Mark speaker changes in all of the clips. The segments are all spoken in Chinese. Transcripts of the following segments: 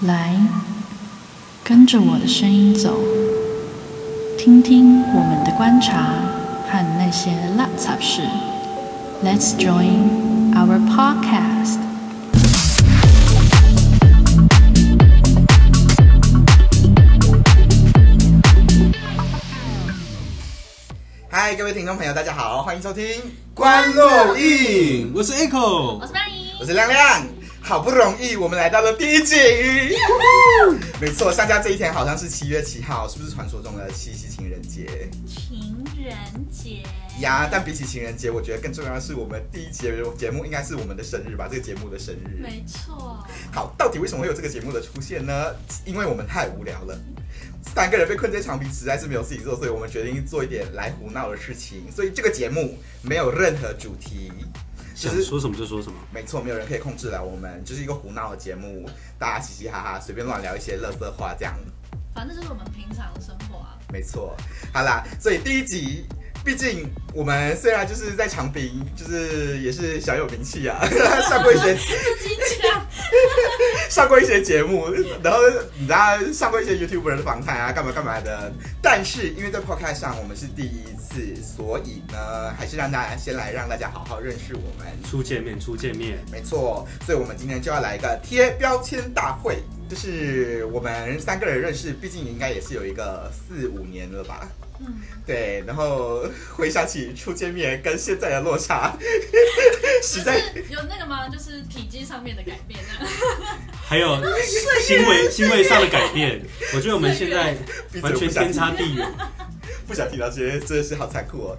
Speaker 1: 来，跟着我的声音走，听听我们的观察和那些垃圾事。Let's join our podcast.
Speaker 2: 嗨，各位听众朋友，大家好，欢迎收听《，
Speaker 3: 观落印，我是 Echo，
Speaker 4: 我是曼怡
Speaker 2: 我，是亮亮。好不容易，我们来到了第一集。没错，上架这一天好像是七月七号，是不是传说中的七夕情人节
Speaker 4: 情人节
Speaker 2: 呀？但比起情人节，我觉得更重要的是，我们第一节节目应该是我们的生日吧？这个节目的生日。
Speaker 4: 没错，
Speaker 2: 好，到底为什么会有这个节目的出现呢？因为我们太无聊了，三个人被困在墙壁，实在是没有事情做，所以我们决定做一点来胡闹的事情。所以这个节目没有任何主题，
Speaker 3: 想说什么就说什么。
Speaker 2: 没错，没有人可以控制了我们，就是一个胡闹的节目，大家嘻嘻哈哈，随便乱聊一些乐色话，这样。
Speaker 4: 反正就是我们平常的生活啊。
Speaker 2: 没错，好啦，所以第一集，毕竟我们虽然就是在长平，就是也是小有名气啊， 上过一些
Speaker 4: 自己讲，
Speaker 2: 上过一些节目，然后你知道上过一些 YouTuber 的访谈啊，干嘛干嘛的。但是因为在 Podcast 上我们是第一次，所以呢，还是让大家先来让大家好好认识我们。
Speaker 3: 初见面，初见面，
Speaker 2: 没错，所以我们今天就要来一个贴标签大会，就是我们三个人认识，毕竟应该也是有一个四五年了吧？
Speaker 4: 嗯，
Speaker 2: 对，然后回想起初见面跟现在的落差，
Speaker 4: 就
Speaker 2: 实在
Speaker 4: 是有那个吗？就是体积上面的改变啊 呢？
Speaker 3: 还有
Speaker 2: 啊
Speaker 3: 行为行为上的改变，我觉得我们现在
Speaker 2: 啊闭嘴
Speaker 3: 完全天差地远。
Speaker 2: 不想提到这些，真的是好残酷哦。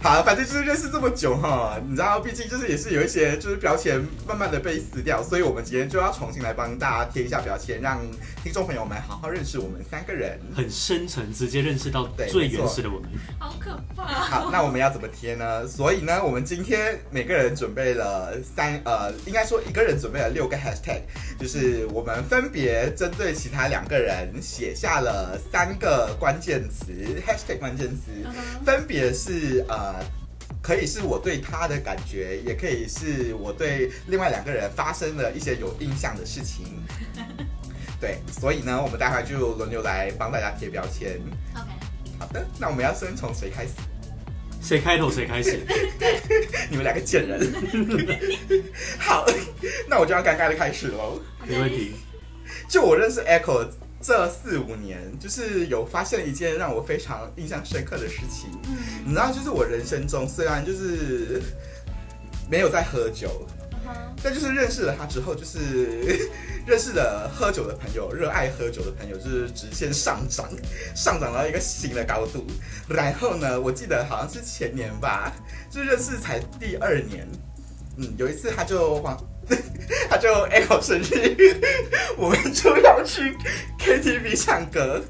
Speaker 2: 好，反正就是认识这么久哈，你知道，毕竟就是也是有一些就是标签慢慢的被撕掉，所以我们今天就要重新来帮大家贴一下标签，让听众朋友们好好认识我们三个人。
Speaker 3: 很深层，直接认识到
Speaker 2: 对
Speaker 3: 最原始的我们。
Speaker 4: 好可怕！
Speaker 2: 好，那我们要怎么贴呢？所以呢，我们今天每个人准备了三呃，应该说一个人准备了六个 hashtag，就是我们分别针对其他两个人写下了三个关键词 hashtag 关键词，
Speaker 4: 嗯哼
Speaker 2: 分别是呃。可以是我对他的感觉，也可以是我对另外两个人发生了一些有印象的事情。对，所以呢，我们待会儿就轮流来帮大家贴标签。
Speaker 4: OK，
Speaker 2: 好的，那我们要先从谁开始？
Speaker 3: 谁开头谁开始？
Speaker 2: 你们两个贱人。 好，那我就要尴尬的开始喽。
Speaker 3: 没问题。
Speaker 2: 就我认识 Echo 这四五年，就是有发现一件让我非常印象深刻的事情。
Speaker 4: 嗯，
Speaker 2: 你知道，就是我人生中虽然就是没有在喝酒，
Speaker 4: 嗯 哼，
Speaker 2: 但就是认识了他之后，就是 认识了喝酒的朋友，热爱喝酒的朋友，就是直线上涨，上涨到一个新的高度。然后呢，我记得好像是前年吧，就认识才第二年，嗯，有一次他就往。 他就 echo 生日， 我们就要去 KTV 唱歌，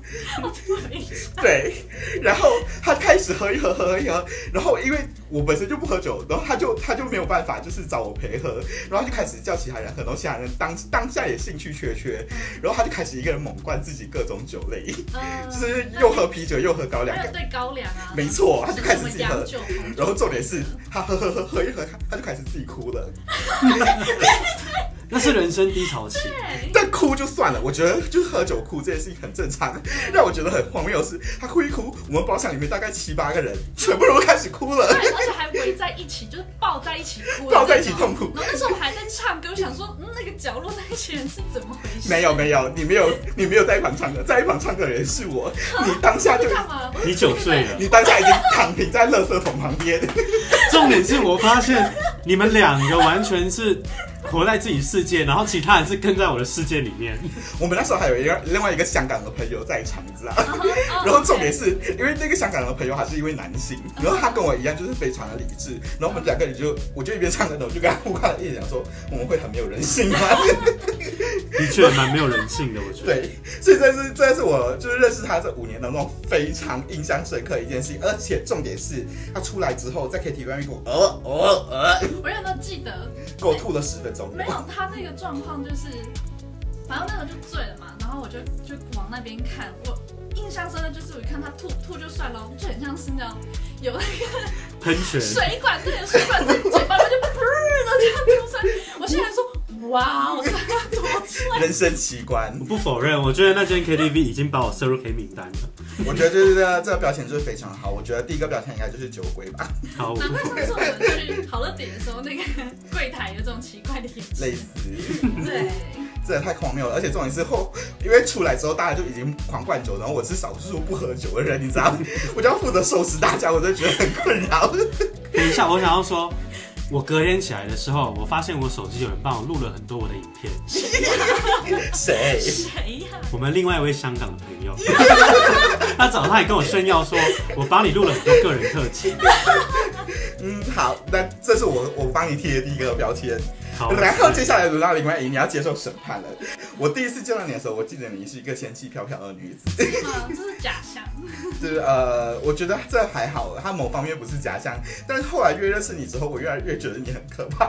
Speaker 4: 我突然意识 到
Speaker 2: 对，然后他开始喝一喝喝一喝，然后因为我本身就不喝酒，然后他就他就没有办法，就是找我陪喝，然后他就开始叫其他人喝，然后其他人当当下也兴趣缺缺，然后他就开始一个人猛灌自己各种酒类，
Speaker 4: 呃
Speaker 2: 就是又喝啤酒又喝高粱
Speaker 4: 还，有对高粱啊，
Speaker 2: 没错，他就开
Speaker 4: 我
Speaker 2: 始
Speaker 4: 们
Speaker 2: 自己喝
Speaker 4: 洋，酒，
Speaker 2: 然后重点是他喝喝喝喝一喝，他他就开始自己哭了。
Speaker 3: 那是人生低潮期，
Speaker 4: 对，
Speaker 2: 但哭就算了，我觉得就是喝酒哭这件事情很正常。让我觉得很荒谬的是，他哭一哭，我们包厢里面大概七八个人全部都开始哭了。
Speaker 4: 对，而且还围在一起，就是抱在一起哭，
Speaker 2: 抱在一起痛苦
Speaker 4: 然后那时候我们还在唱歌，想说，嗯，那个角落那些人是怎么回事？
Speaker 2: 没有没有，你没有你没有在一旁唱歌，在一旁唱歌的人是我。你当下就
Speaker 4: 我干嘛？
Speaker 3: 你酒 醉了。
Speaker 2: 你当下已经躺平在垃圾桶旁边，
Speaker 3: 重点是我发现你们两个完全是活在自己世界，然后其他人是跟在我的世界里面。
Speaker 2: 我们那时候还有一个另外一个香港的朋友在场，你知道。 然
Speaker 4: 然
Speaker 2: 后重点是因为那个香港的朋友还是一位男性，然后他跟我一样就是非常的理智，然后我们两个人就我就一边唱歌，我就跟他互看了一眼，讲说我们会很没有人性吗？
Speaker 3: 的确蛮没有人性的，我觉得。
Speaker 2: 对，所以这是这是我就是认识他这五年当中非常印象深刻的一件事情，而且重点是他出来之后在 KTV 外面给我呃呃呃
Speaker 4: 我有没有记得？
Speaker 2: 给我吐了十分钟，
Speaker 4: 没有，啊他那个状况就是，反正那个就醉了嘛，然后我就就往那边看，我印象深的就是我一看他吐吐就算了，就很像是那种有那
Speaker 3: 喷泉
Speaker 4: 个水管，对，水管在嘴巴里就噗的这样吐出来，我现在还说。哇，我穿了多 久？
Speaker 2: 人生奇观。
Speaker 3: 我不否认，我觉得那间 KTV 已经把我摄入黑名单了。
Speaker 2: 我觉得这个这个表现就是非常好。我觉得第一个表现应该就是酒鬼吧，
Speaker 3: 好，我
Speaker 4: 难
Speaker 3: 不
Speaker 4: 怪
Speaker 3: 否
Speaker 4: 上次我们去好乐迪的时候，那个柜台有这种奇怪的眼
Speaker 2: 类
Speaker 4: 神。
Speaker 2: 似，
Speaker 4: 对，
Speaker 2: 这也太荒谬了。而且重点是后，因为出来之后大家就已经狂灌酒，然后我是少数不喝酒的人，你知道吗，我就要负责收拾大家，我就觉得很困扰。
Speaker 3: 等一下，我想要说，我隔天起来的时候，我发现我手机有人帮我录了很多我的影片。
Speaker 2: 谁？
Speaker 4: 谁呀？
Speaker 3: 我们另外一位香港的朋友， 他早上还跟我炫耀说，我帮你录了很多个人特辑。
Speaker 2: 嗯，好，那这是我我帮你贴的第一个标签。
Speaker 3: 好，
Speaker 2: 然后接下来轮到林冠怡，你要接受审判了。我第一次见到你的时候，我记得你是一个仙气飘飘的女子，
Speaker 4: 啊，这是假象。
Speaker 2: 就是呃，我觉得这还好，她某方面不是假象，但是后来越认识你之后，我越来越觉得你很可怕，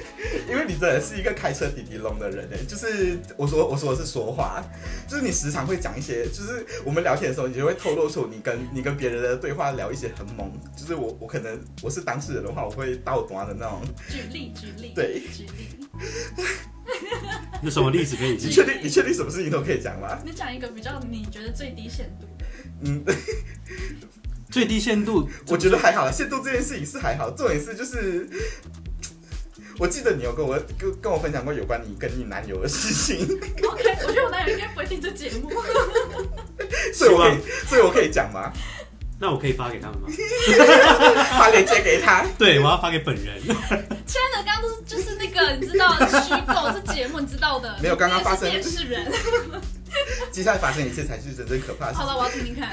Speaker 2: 因为你真的是一个开车滴滴龙的人哎，就是我说我说的是说话，就是你时常会讲一些，就是我们聊天的时候，你就会透露出你跟你跟别人的对话聊一些很猛，就是我我可能我是当事人的话，我会倒端的那种。
Speaker 4: 举例，举例，
Speaker 2: 对
Speaker 4: 举例。
Speaker 3: 有什么例子可以
Speaker 2: 你
Speaker 3: 举？
Speaker 2: 确定你确定什么事情都可以讲吗？
Speaker 4: 你讲一个比较你觉得最低限度的，
Speaker 2: 嗯，
Speaker 3: 最低限度，
Speaker 2: 我觉得还好，限度这件事情是还好，重点是就是，我记得你有跟我跟跟我分享过有关你跟你男友的事情，
Speaker 4: OK，我觉得我男友应该不会听这节目。
Speaker 2: 所以我可以
Speaker 3: 希，
Speaker 2: 所以我可以讲吗？
Speaker 3: 那我可以发给他们吗？
Speaker 2: 把链接给他。
Speaker 3: 对，我要发给本人。
Speaker 4: 亲爱的，刚刚都是就是那个你知道虚构是节目，你知道的。
Speaker 2: 没有刚刚发生
Speaker 4: 你也是电视 人。
Speaker 2: 接下来发生一切才是真正可怕的事
Speaker 4: 好
Speaker 2: 情。
Speaker 4: 了，我要听听 看。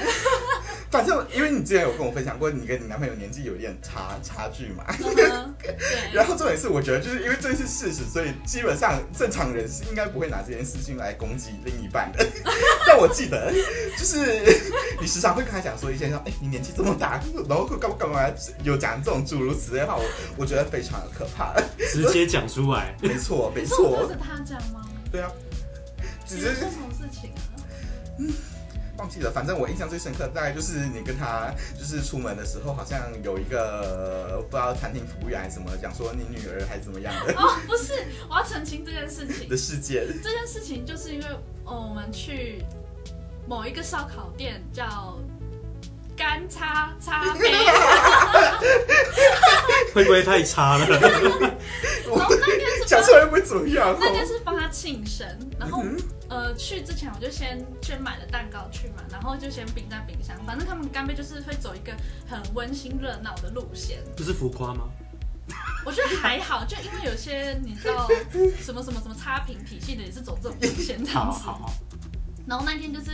Speaker 2: 反正因为你之前有跟我分享过，你跟你男朋友年纪有点差差距嘛。
Speaker 4: 嗯对，
Speaker 2: 然后重点是，我觉得就是因为这是事实，所以基本上正常人是应该不会拿这件事情来攻击另一半的。 但我记得，就是你时常会跟他讲说一些说，哎，你年纪这么大，然后干嘛干嘛有讲这种诸如此类的话，我我觉得非常的可怕。
Speaker 3: 直接讲出来。
Speaker 2: 没错，没
Speaker 4: 你说我
Speaker 2: 错
Speaker 4: 跟，着他讲吗？
Speaker 2: 对啊，只
Speaker 4: 你们
Speaker 2: 是
Speaker 4: 做什么事情啊？
Speaker 2: 忘记了，反正我印象最深刻大概就是你跟他就是出门的时候，好像有一个不知道餐厅服务员还是什么讲说你女儿还怎么样的
Speaker 4: 哦，不是，我要澄清这件事情
Speaker 2: 的。事件，
Speaker 4: 这件事情就是因为、呃我们去某一个烧烤店叫干叉叉 杯，啊
Speaker 3: 会不会太差了？
Speaker 4: 然后那天是
Speaker 2: 讲
Speaker 4: 帮
Speaker 2: 出来会不会怎么样？哦
Speaker 4: 那天是帮他庆生，然后、呃去之前我就先先买了蛋糕去嘛，然后就先冰在冰箱，反正他们干杯就是会走一个很温馨热闹的路线，
Speaker 3: 不是浮夸吗？
Speaker 4: 我觉得还好，就因为有些你知道什么什么什么差评体系的也是走这种路线这样
Speaker 3: 好
Speaker 4: 子。
Speaker 3: 好好，
Speaker 4: 然后那天就是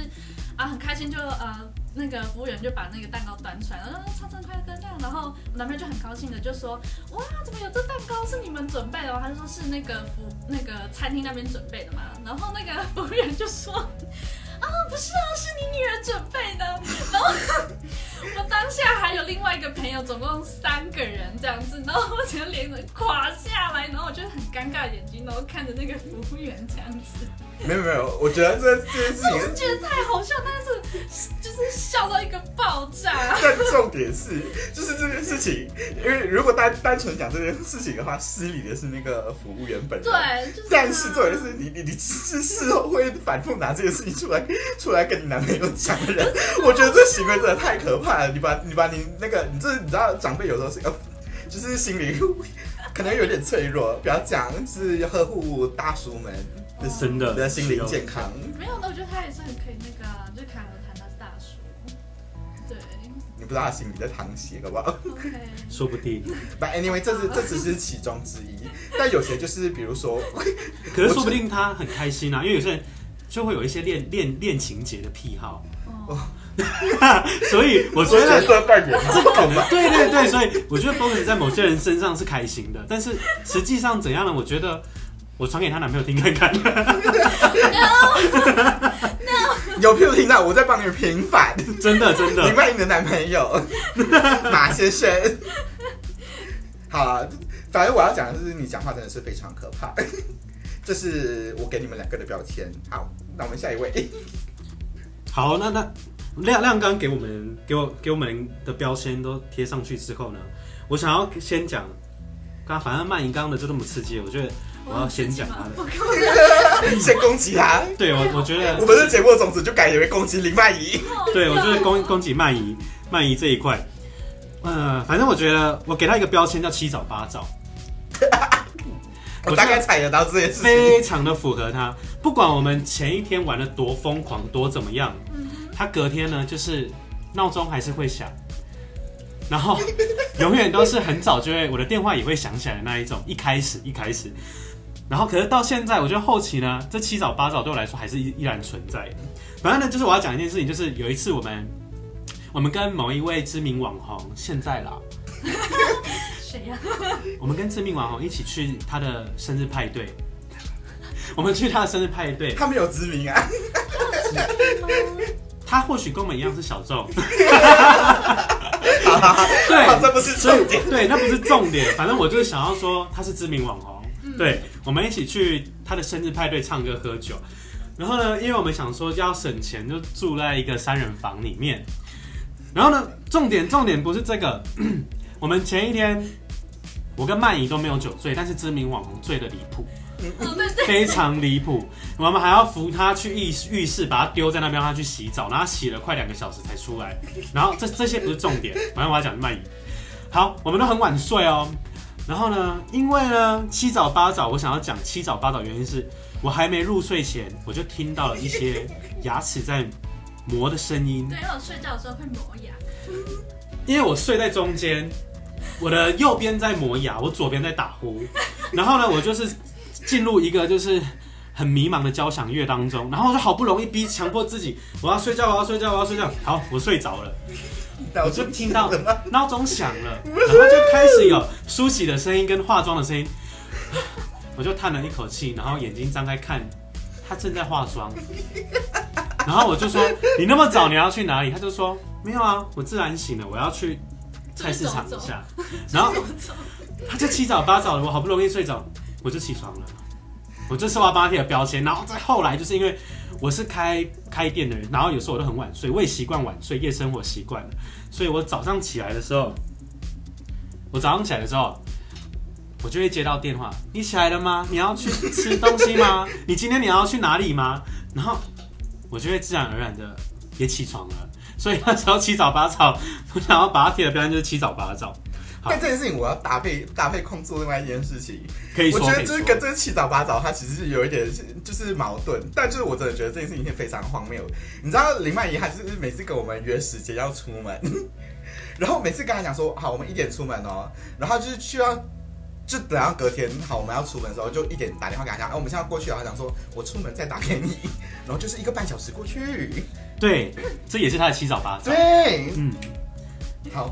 Speaker 4: 啊，很开心就，呃那个服务员就把那个蛋糕端出来，然后说唱唱快歌这样，然后我男朋友就很高兴的就说哇，怎么有这蛋糕是你们准备的吗？他就说是那个服那个餐厅那边准备的嘛。然后那个服务员就说啊，不是啊，是你女儿准备的。然后我当下还有另外一个朋友，总共三个人这样子，然后我整个脸垮下来，然后我就很尴尬的眼睛，然后看着那个服务员这样子。
Speaker 2: 没有没有，我觉得这这件事
Speaker 4: 我
Speaker 2: 情
Speaker 4: 就，觉得太好笑，但是就是笑到一个爆炸。
Speaker 2: 但重点是，就是这件事情，因为如果单单纯讲这件事情的话，失礼的是那个服务员本人。。
Speaker 4: 对，就是他。啊
Speaker 2: 但是重点是你你你是事后会反复拿这件事情出来出来跟你男朋友讲的人，我觉得这行为真的太可怕了。你把你把你那个你这你知道长辈有时候是呃，就是心里可能有点脆弱，不要讲，就是要呵护大叔们
Speaker 3: 真的
Speaker 2: 的心灵
Speaker 3: 需要
Speaker 2: 健康。
Speaker 4: 没有的，我觉得他也是很可以那个啊，就是侃侃谈他是大叔。对
Speaker 2: 你不知道他心里在淌血，好不 好？
Speaker 4: ，OK，
Speaker 3: 说不定。
Speaker 2: But anyway，这是这只是其中之一， 但有些就是比如说，
Speaker 3: 可是说不定他很开心啊，因为有些人就会有一些恋恋恋情节的癖好，
Speaker 4: 哦，
Speaker 3: 所以我觉
Speaker 2: 所以
Speaker 3: 得
Speaker 2: 角色扮演这个吧，
Speaker 3: 对对对，所以我觉得 focus 在某些人身上是开心的，但是实际上怎样呢？我觉得我传给她男朋友听看看。
Speaker 2: 有没有听到我在帮你平 反？
Speaker 3: 真的真
Speaker 2: 你
Speaker 3: 的，
Speaker 2: 卖你的男朋 友马先生。好啊，反正我要讲的就是你讲话真的是非常可怕， 这是我给你们两个的标签。好，那我们下一位，
Speaker 3: 好，那那亮亮刚给我们给我给我们的标签都贴上去之后呢，我想要先讲，刚反正曼莹刚刚的就这么刺激，我觉得我要先讲他的
Speaker 4: 我
Speaker 2: 先攻击他。
Speaker 3: 对我，我觉得
Speaker 2: 我们的节目的宗旨就改为攻击林曼怡，
Speaker 3: 对，我就是攻攻击曼怡，曼怡这一块，呃，反正我觉得我给他一个标签叫七早八早，
Speaker 2: 我大概猜得到这件事情。
Speaker 3: 非常的符合他。不管我们前一天玩的多疯狂，多怎么样，他隔天呢就是闹钟还是会响，然后 永远都是很早就会，我的电话也会响起来的那一种。一开始一开始，然后可是到现在，我觉得后期呢，这七早八早对我来说还是依依然存在的。反正呢，就是我要讲一件事情，就是有一次我们我们跟某一位知名网红，现在啦，
Speaker 4: 谁呀？
Speaker 3: 我们跟致命哦网红一起去他的生日派 对，我们去他的生日派对，
Speaker 2: 他没有知名啊，
Speaker 3: 他或许跟我们一样是小众，
Speaker 2: 好，
Speaker 3: 对，
Speaker 2: 这不是
Speaker 3: 所以
Speaker 2: 重点。
Speaker 3: 对，那不是重点，反正我就是想要说他是知名网红，哦对，我们一起去他的生日派对唱歌喝酒，然后呢，因为我们想说要省钱，就住在一个三人房里面，然后呢，重点重点不是这个， 我们前一天我跟曼怡都没有酒醉，但是知名网红醉的离谱。
Speaker 4: 哦，对对，
Speaker 3: 非常离谱。我们还要扶他去浴浴室，把他丢在那边，让他去洗澡，然后他洗了快两个小时才出来。然后这这些不是重点，反正我要讲慢饮。好，我们都很晚睡哦。然后呢，因为呢七早八早，我想要讲七早八早，原因是我还没入睡前，我就听到了一些牙齿在磨的声音。
Speaker 4: 对，让我睡觉的时候会磨牙。
Speaker 3: 因为我睡在中间，我的右边在磨牙，我左边在打呼，然后呢，我就是进入一个就是很迷茫的交响乐当中，然后我就好不容易逼强迫自己，我要睡觉，我要睡觉，我要睡觉，好，我睡着了，
Speaker 2: 那
Speaker 3: 我就 听到闹钟响了，然后就开始有梳洗的声音跟化妆的声音， 我就叹了一口气，然后眼睛张开看，他正在化妆，然后我就说你那么早你要去哪里？他就说没有啊，我自然醒了，我要去菜市场一下，然后他就七早八早的，我好不容易睡着，我就起床了。我就是挖巴铁的标签，然后再后来就是因为我是开开店的人，然后有时候我都很晚睡，我也习惯晚睡，夜生活习惯了，所以我早上起来的时候，我早上起来的时候，我就会接到电话，你起来了吗？你要去吃东西吗？ 你今天你要去哪里吗？然后我就会自然而然的也起床了，所以那时候七早八早，我想要把它贴的标签就是七早八早，好
Speaker 2: 但这件事情我要搭配搭配控制另外一件事情，
Speaker 3: 可以
Speaker 2: 我
Speaker 3: 说
Speaker 2: 觉
Speaker 3: 可
Speaker 2: 得
Speaker 3: 以
Speaker 2: 就
Speaker 3: 说
Speaker 2: 是，跟这个七早八早，它其实是有一点是就是矛盾，但就是我真的觉得这件事情是非常荒谬。你知道林曼怡她就是每次跟我们约时间要出门， 然后每次跟她讲说好我们一点出门哦，然后就是去到就等到隔天好我们要出门的时候就一点打电话给她讲，哎、我们现在要过去了，她讲说我出门再打给你，然后就是一个半小时过去，
Speaker 3: 对，这也是他的七早八早，
Speaker 2: 对，
Speaker 3: 嗯。
Speaker 2: 好，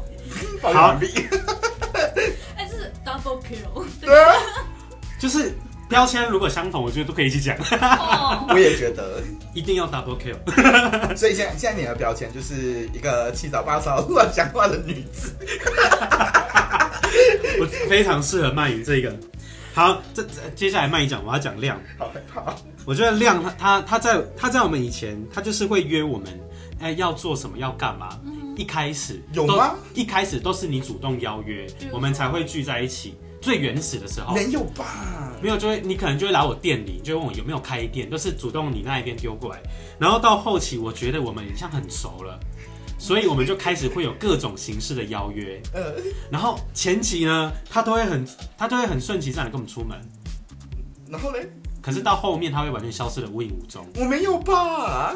Speaker 2: 抱怨完毕，
Speaker 4: 哎，这是 double kill。
Speaker 2: 对啊，
Speaker 3: 就是标签如果相同，我觉得都可以一起讲，
Speaker 4: 哦，
Speaker 2: 我也觉得。
Speaker 3: 一定要 double kill。
Speaker 2: 所以现在现在你的标签就是一个七早八早乱讲话的女子。
Speaker 3: 我非常适合鳗鱼这个。好，这这接下来鳗鱼讲，我要讲亮。
Speaker 2: 好害怕。
Speaker 3: 我觉得亮他他他在他在我们以前，他就是会约我们，哎、要做什么要干嘛。一开始
Speaker 2: 有
Speaker 3: 都
Speaker 2: 吗？嗯
Speaker 3: 一开始都是你主动邀约，我们才会聚在一起。最原始的时候，
Speaker 2: 没有吧？
Speaker 3: 没有，就会你可能就会来我店里，就会问我有没有开店，都是主动你那一边丢过来。然后到后期，我觉得我们已经很熟了，所以我们就开始会有各种形式的邀约。
Speaker 2: 呃，
Speaker 3: 然后前期呢，他都会很他都会很顺其自然的跟我们出门，
Speaker 2: 然后呢？
Speaker 3: 可是到后面他会完全消失的无影无踪，
Speaker 2: 我没有吧？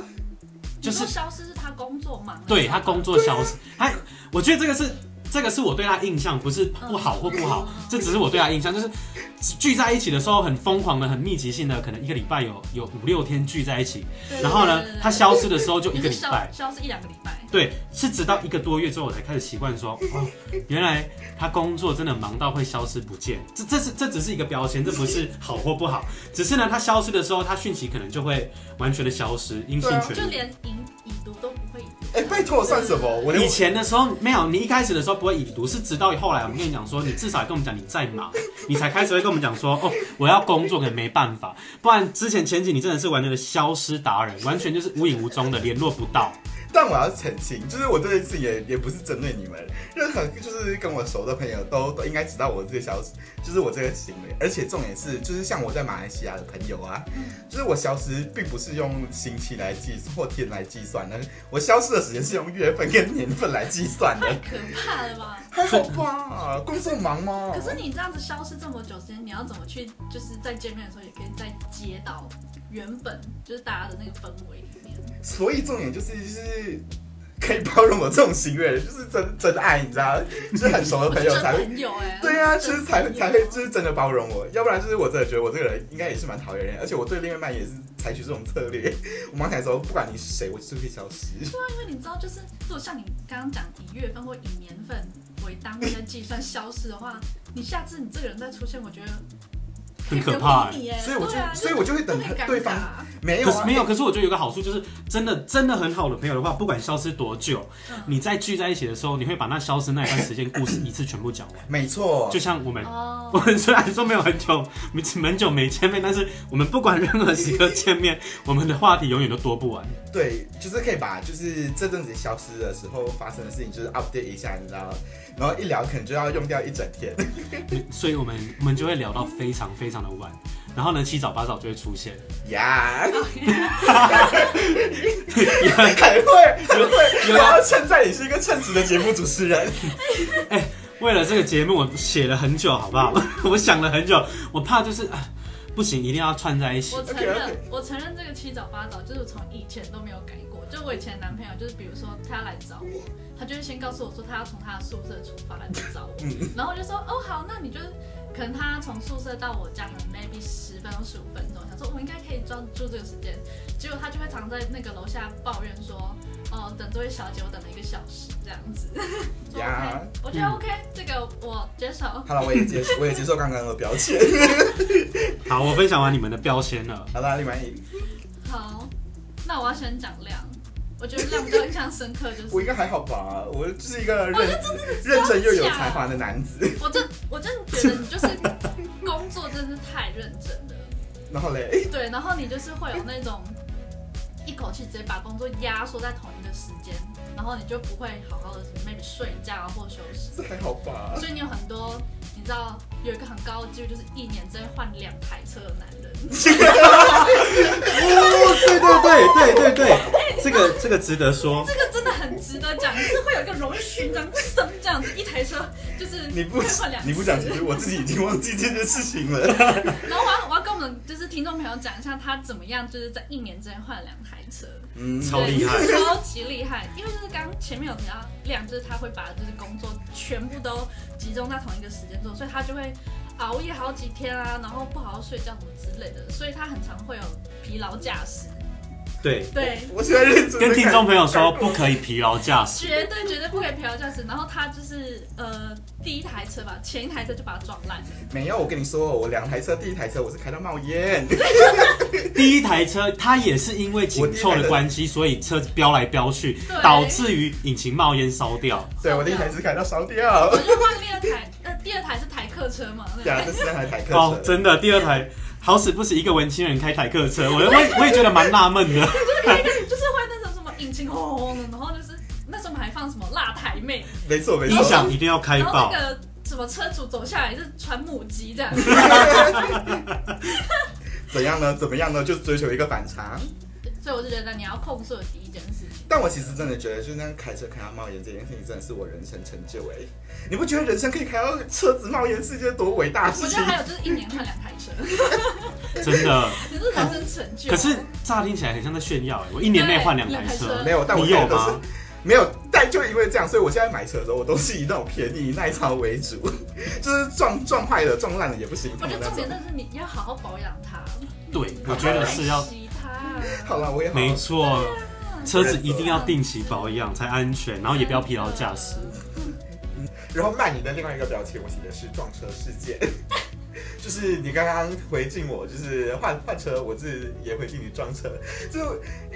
Speaker 3: 就是
Speaker 4: 你说消失是他工作忙。
Speaker 3: 对他工作消失。他我觉得这个是这个是我对他印象，不是不好或不好，这只是我对他印象，就是聚在一起的时候很疯狂的、很密集性的，可能一个礼拜有有五六天聚在一起，
Speaker 4: 对
Speaker 3: 然后呢
Speaker 4: 对对对，对
Speaker 3: 他消失的时候就一
Speaker 4: 你
Speaker 3: 个
Speaker 4: 是
Speaker 3: 礼
Speaker 4: 消
Speaker 3: 拜。
Speaker 4: 消失一两个礼拜。
Speaker 3: 对，是直到一个多月之后，我才开始习惯说，哦，原来他工作真的忙到会消失不见。这这是这只是一个标签，这不是好或不好，只是呢，他消失的时候，他讯息可能就会完全的消失，音信
Speaker 2: 对啊
Speaker 3: 全
Speaker 4: 就
Speaker 3: 无。
Speaker 4: 连已已读都不会已读。
Speaker 2: 哎、拜托，算什么？我连
Speaker 3: 以前的时候没有，你一开始的时候不会已读，是直到后来我们跟你讲说，你至少也跟我们讲你在忙， 你才开始会跟我们讲说，哦，我要工作，可能没办法。不然之前前几你真的是完全的消失达人，完全就是无影无踪的，联络不到。
Speaker 2: 但我要澄清，就是我这件事也也不是针对你们，任何就是跟我熟的朋友都都应该知道我这个小，就是我这个行为。而且重点是，就是像我在马来西亚的朋友啊，就是我消失并不是用星期来计或天来计算的，我消失的时间是用月份跟年份来计算的
Speaker 4: 太。可怕了吧！
Speaker 2: 还 好啊吧，工作忙吗？
Speaker 4: 可是你这样子消失这么久时间，你要怎么去？就是在见面的时候，也可以再接到原本就是大家的那个氛围里面。
Speaker 2: 所以重点就是就是可以包容我这种行为的人， 就是真真爱，你知道，就是很熟的朋友
Speaker 4: 真
Speaker 2: 才会。
Speaker 4: 朋友哎、
Speaker 2: 对啊，就
Speaker 4: 真
Speaker 2: 是
Speaker 4: 朋
Speaker 2: 才
Speaker 4: 友
Speaker 2: 才会就是真的包容我，要不然就是我真的觉得我这个人应该也是蛮讨厌人，而且我对另一半也是采取这种策略。我忙起来的时候，不管你是谁，我就是会消失。
Speaker 4: 因为你知道，就是如果像你刚刚讲以月份或以年份为单位在计算消失的话，你下次你这个人再出现，我觉得
Speaker 3: 很可怕
Speaker 4: 可以不用理耶
Speaker 2: 欸所以我就
Speaker 4: 对啊
Speaker 2: 所以我就会等
Speaker 4: 就很尴尬
Speaker 2: 对方没有
Speaker 3: 可是
Speaker 2: 啊，
Speaker 3: 没有，可是我觉得有个好处就是，真的真的很好的朋友的话，不管消失多久，
Speaker 4: 嗯
Speaker 3: 你再聚在一起的时候，你会把那消失那一段时间故事一次全部讲完。
Speaker 2: 没错
Speaker 3: 就，像我们， 我
Speaker 4: 哦，
Speaker 3: 们虽然说没有很久， 没很久没见面，但是我们不管任何时刻见面，我们的话题永远都多不完。
Speaker 2: 对，就是可以把就是这阵子消失的时候发生的事情，就是 update 一下，你知道，然后一聊可能就要用掉一整天。
Speaker 3: 所以我们我们就会聊到非常非常的晚，然后呢七早八早就会出现，
Speaker 2: 呀、
Speaker 3: 也很
Speaker 2: 很会，很
Speaker 3: 有
Speaker 2: 会，
Speaker 3: 有啊
Speaker 2: 然后称赞你是一个称职的节目主持人。
Speaker 3: 为了这个节目，我写了很久，好不好？ 我想了很久，我怕就是、啊、不行，一定要串在一起
Speaker 4: 我。承
Speaker 2: OK，OK
Speaker 4: 认，我承认这个七早八早就是我从以前都没有改过。就我以前的男朋友，就是比如说他来找我，他就会先告诉我说他要从他的宿舍出发来找我， 然后我就说哦好，那你就可能他从宿舍到我家可能 maybe 十分钟十五分钟，想说我应该可以抓住这个时间，结果他就会常在那个楼下抱怨说。哦，等这位小姐，我等了一个小时这样子。我
Speaker 2: 呀
Speaker 4: OK，我觉得 OK，、这个我接受。
Speaker 2: 好了，我也接受，我也接受刚刚的标签。
Speaker 3: 好，我分享完你们的标签了。
Speaker 2: 好啦，另外一，
Speaker 4: 好，那我要先讲量，我觉得量比较印象深刻，就是
Speaker 2: 我应该还好吧，我就是一个认
Speaker 4: 哦啊
Speaker 2: 认真又有才华的男子。
Speaker 4: 我真我真的觉得你就是 工作真是太认真了，
Speaker 2: 然后嘞，哎
Speaker 4: 对，然后你就是会有那种一口气直接把工作压缩在同一个时间，然后你就不会好好的 maybe 睡觉或休息，
Speaker 2: 这还好吧？
Speaker 4: 所以你有很多你知道有一个很高的几率就是一年之内换两台车的男人，
Speaker 3: 哦，对对对对对对，这个这个值得说。
Speaker 4: 这个真的很值得讲，就是会有一个荣誉勋章升这样子，一台车就是
Speaker 2: 你不
Speaker 4: 可以换两
Speaker 2: 你不讲，
Speaker 4: 次
Speaker 2: 其实我自己已经忘记这件事情了。
Speaker 4: 然后我要我要跟我们就是听众朋友讲一下，他怎么样就是在一年之内换了两台车，
Speaker 2: 嗯，
Speaker 3: 超厉 害
Speaker 4: 对超级厉害。因为就是刚前面有提到亮，就是他会把就是工作全部都集中在同一个时间做，所以他就会熬夜好几天啊，然后不好好睡觉什么之类的，所以他很常会有疲劳驾 驶。
Speaker 3: 对，
Speaker 4: 对，
Speaker 2: 我现在认真地
Speaker 3: 跟听众朋友说
Speaker 2: 看
Speaker 3: 不可以疲劳驾驶。
Speaker 4: 绝对绝对不可以疲劳驾驶。然后他就是呃第一台车吧，前一台车就把它撞烂了。
Speaker 2: 没有，我跟你说，我两台车，第一台车我是开到冒烟，
Speaker 3: 第一台车它也是因为紧凑的关系，所以车子飙来飙去，
Speaker 4: 对
Speaker 3: 导致于引擎冒烟烧掉。
Speaker 2: 对我第一台是开到烧掉
Speaker 4: 我，就换了第二台，呃第二台是台客车嘛， 那个
Speaker 2: 呀，这是那台台客
Speaker 3: 哦，
Speaker 2: 车。
Speaker 3: 真的，第二台好死不死一个文青人开台客车，我我也我也觉得蛮纳 闷的。
Speaker 4: 就是会那种什么引擎轰轰的，然后就是那时候我们还放什么辣台妹，
Speaker 2: 没错没
Speaker 3: 音
Speaker 2: 错，
Speaker 3: 响一定要开
Speaker 4: 然后
Speaker 3: 爆
Speaker 4: 那，个什么车主走下来是传母鸡这样，
Speaker 2: 怎样呢？怎么样呢？就追求一个反差。
Speaker 4: 所以我就觉得你要控诉的第一件事情，
Speaker 2: 但我其实真的觉得，就是那样开车开到冒烟这件事情，真的是我人生成就哎！你不觉得人生可以开到车子冒烟是一件多伟大的
Speaker 4: 我
Speaker 2: 事情
Speaker 4: 觉得？还有就是一年换两台车，
Speaker 3: 真的。
Speaker 4: 你是人生成就。
Speaker 3: 可是乍听起来很像在炫耀哎，我一年内换两台车
Speaker 4: 对，
Speaker 2: 没有，但我
Speaker 3: 你有
Speaker 2: 开的
Speaker 3: 吗
Speaker 2: 是？没有，但就因为这样，所以我现在买车的时候，我都是以那种便宜耐操为主， 就是撞撞坏了、撞烂了也不心
Speaker 4: 我
Speaker 2: 痛
Speaker 4: 觉
Speaker 2: 的
Speaker 4: 得
Speaker 2: 那
Speaker 4: 重
Speaker 2: 种
Speaker 4: 点。真的是你要好好保养它，
Speaker 3: 对，我觉得是要
Speaker 4: 爱惜它。
Speaker 2: 好了，我也好
Speaker 3: 没错，车子一定要定期保养才安全，然后也不要疲劳驾驶。
Speaker 2: 然后卖你的另外一个标签，我写的是撞车事件， 就是你刚刚回敬我，就是换换车，我是也回敬你撞车，就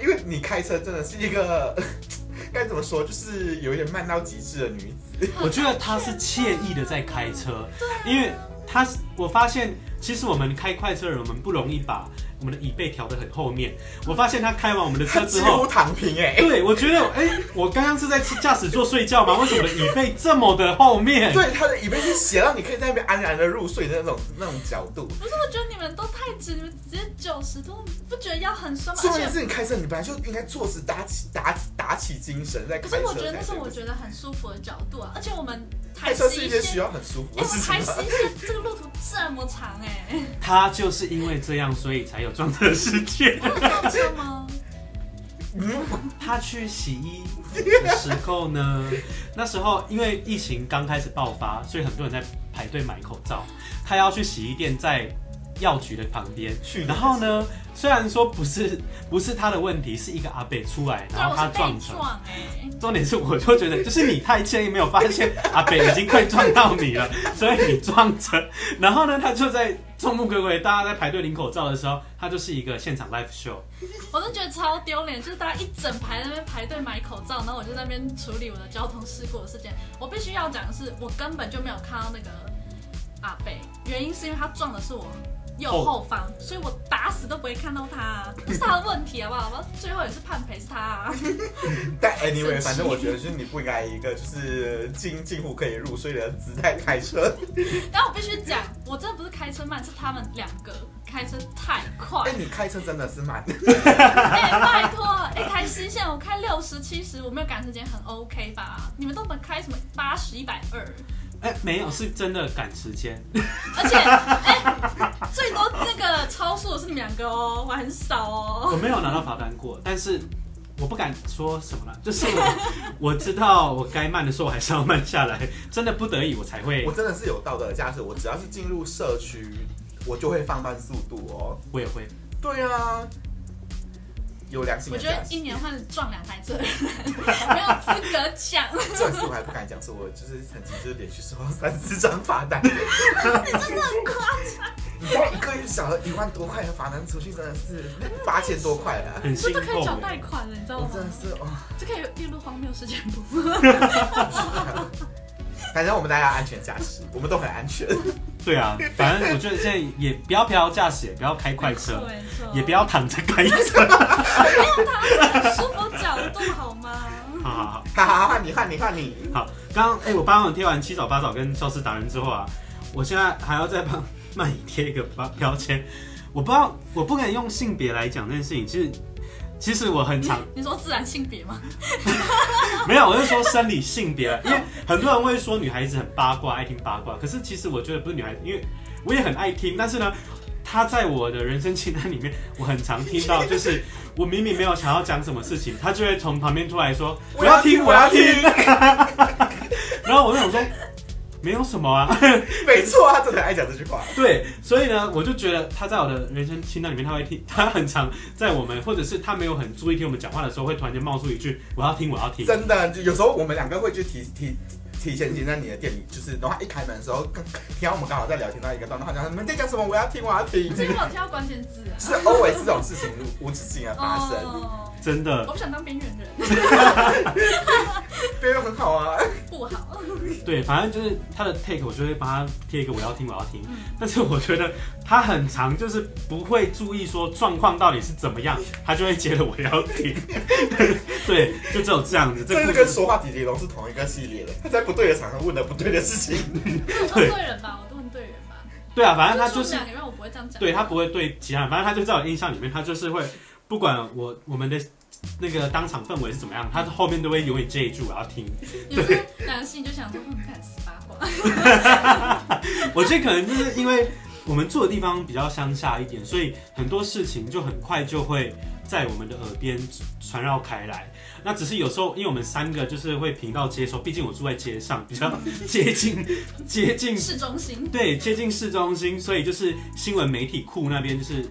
Speaker 2: 因为你开车真的是一个 该怎么说，就是有一点慢到极致的女子。啊
Speaker 3: 我觉得他是惬意的在开车，因为他是我发现，其实我们开快车的人，我们不容易把我们的椅背调得很后面。我发现他开完我们的车
Speaker 2: 他
Speaker 3: 之
Speaker 2: 几
Speaker 3: 后
Speaker 2: 乎，躺平哎、
Speaker 3: 对我觉得，哎、我刚刚是在驾驶座睡觉吗？为什么我的椅背这么的后面？
Speaker 2: 对，他的椅背是斜到你可以在那边安然的入睡的那种那种角度。
Speaker 4: 不是，我觉得你们都太直，你们直接九十度，不觉得腰很酸吗？
Speaker 2: 重
Speaker 4: 而
Speaker 2: 点
Speaker 4: 且，
Speaker 2: 是你开车，你本来就应该坐姿打起打起打起精神在
Speaker 4: 可
Speaker 2: 开车
Speaker 4: 是
Speaker 2: 才对。
Speaker 4: 我觉得那是我觉得很舒服的角度啊，而且我们台
Speaker 2: 开车是一件需
Speaker 4: 要。
Speaker 2: 要很舒服的
Speaker 4: 哎、我
Speaker 2: 事
Speaker 4: 们台
Speaker 2: 情
Speaker 4: 西
Speaker 2: 吗。
Speaker 4: 线这个路途这么长哎、
Speaker 3: 他就是因为这样，所以才有撞车事件。
Speaker 4: 你有这样吗？
Speaker 3: 他去洗衣的时候呢， 那时候因为疫情刚开始爆发，所以很多人在排队买口罩。他要去洗衣店，在药局的旁边
Speaker 2: 去。
Speaker 3: 然后呢，虽然说不是不是他的问题，是一个阿北出来，
Speaker 4: 对，
Speaker 3: 然后
Speaker 4: 我
Speaker 3: 他
Speaker 4: 是被
Speaker 3: 撞成。
Speaker 4: 撞哎、
Speaker 3: 重点是，我就觉得就是你太介意，没有发现阿北已经快撞到你了，所以你撞着。然后呢，他就在众目睽睽，大家在排队领口罩的时候，他就是一个现场 live show。
Speaker 4: 我都觉得超丢脸，就是大家一整排在那边排队买口罩，然后我就在那边处理我的交通事故的事件。我必须要讲的是，我根本就没有看到那个阿贝，原因是因为他撞的是我右后方，所以我打死都不会看到他、不是他的问题好不好？我最后也是判赔是他、啊，
Speaker 2: 但 anyway，反正我觉得就是你不应该以一个就是近近乎可以入睡的姿态开车。
Speaker 4: 但我必须讲，我真的不是开车慢，是他们两个开车太快
Speaker 2: 哎、。你开车真的是 慢，
Speaker 4: 哎、拜托，哎、台西线我开六十七十，我没有赶时间，很 OK 吧？你们都能开什么八十一百二？
Speaker 3: 哎、没有，是真的赶时间。
Speaker 4: 而且，哎、最多那个超速的是你们两个哦，我很少哦。
Speaker 3: 我没有拿到罚单过，但是我不敢说什么了，就是我我知道我该慢的时候，我还是要慢下来，真的不得已我才会
Speaker 2: 我，真的是有道德的驾驶。我只要是进入社区，我就会放慢速度哦。
Speaker 3: 我也会。
Speaker 2: 对啊，有良心
Speaker 4: 我
Speaker 2: 的
Speaker 4: 觉得
Speaker 2: 驾驶
Speaker 4: 一。年换撞两台车， 没有资格 讲。
Speaker 2: 这次我还不敢讲，是我就是曾经就是连续收到三四张罚 单。 你真的很夸张！你知道一个月少了一万多块的罚单出去，真的是 八千多块了。
Speaker 3: 很
Speaker 4: 这
Speaker 3: 心
Speaker 4: 都可以缴
Speaker 3: 痛欸
Speaker 4: 贷款了，你知道
Speaker 2: 我
Speaker 4: 吗？
Speaker 2: 真的是哦，
Speaker 4: 这可以列入荒谬事件簿。
Speaker 2: 反正我们大家安全驾驶，我们都很安全。
Speaker 3: 对啊，反正我觉得现在也不要飘驾驶，也不要开快 车，
Speaker 4: 没错
Speaker 3: 也不要躺着开车。
Speaker 4: 舒服角度好吗？
Speaker 3: 好好好，
Speaker 2: 哈哈，换你，换你，换你。
Speaker 3: 好，刚刚哎，我帮忙贴完七早八早跟消失达人之后啊，我现在还要再帮 曼怡贴一个标标签。我不知道，我不敢用性别来讲这件事情。其实，其实我很常
Speaker 4: 你说自然性别吗？
Speaker 3: 没有，我是说生理性别，因为很多人会说女孩子很八卦，爱听八卦。可是其实我觉得不是女孩子，因为我也很爱听，但是呢，她在我的人生清单里面，我很常听到，就是我明明没有想要讲什么事情，她就会从旁边出来说我要听，我要听。然后我就想说，没有什么啊，
Speaker 2: 没错，他真的很爱讲这句话。
Speaker 3: 对，所以呢，我就觉得他在我的人生清单里面，他会听，他很常在我们，或者是他没有很注意听我们讲话的时候，会突然间冒出一句我要听，我要听。
Speaker 2: 真的，就有时候我们两个会去提提提前进在你的店里，就是然后一开门的时候，刚听到我们刚好在聊天到一个段落，他讲你们在讲什么？我要听，我要 听。
Speaker 4: 这个我有挑关键字啊。
Speaker 2: 是 always 这种事情无止境的啊发生，
Speaker 4: 哦，
Speaker 3: 真的
Speaker 4: 我，不想当边缘人，
Speaker 2: 别人很好啊。
Speaker 4: 不好。
Speaker 3: 对，反正就是他的 take，我就会帮他贴一个我要听我要听。
Speaker 4: 嗯
Speaker 3: 但是我觉得他很长，就是不会注意说状况到底是怎么样，他就会接了我要听。 对，就只有这样子。
Speaker 2: 这
Speaker 3: 故
Speaker 2: 是
Speaker 3: 事
Speaker 2: 跟说话迪迪龙是同一个系列的，他在不对的场合问了不对的事情。
Speaker 4: 我问对人吧，我都问对人吧。
Speaker 3: 对啊，反正他就
Speaker 4: 说
Speaker 3: 是
Speaker 4: 两个人，我不会这样讲。
Speaker 3: 对他不会对其他人，反正他就在我印象里面，他就是会不管我我们的那个当场氛围是怎么样，他后面都会永远接一句我要听。
Speaker 4: 你们是男性就想说，嗯，看十八卦，
Speaker 3: 我觉得可能就是因为我们住的地方比较乡下一点，所以很多事情就很快就会在我们的耳边传绕开来。那只是有时候，因为我们三个就是会频道接收，毕竟我住在街上，比较接近接近
Speaker 4: 市中心。
Speaker 3: 对接近市中心，所以就是新闻媒体库那边就是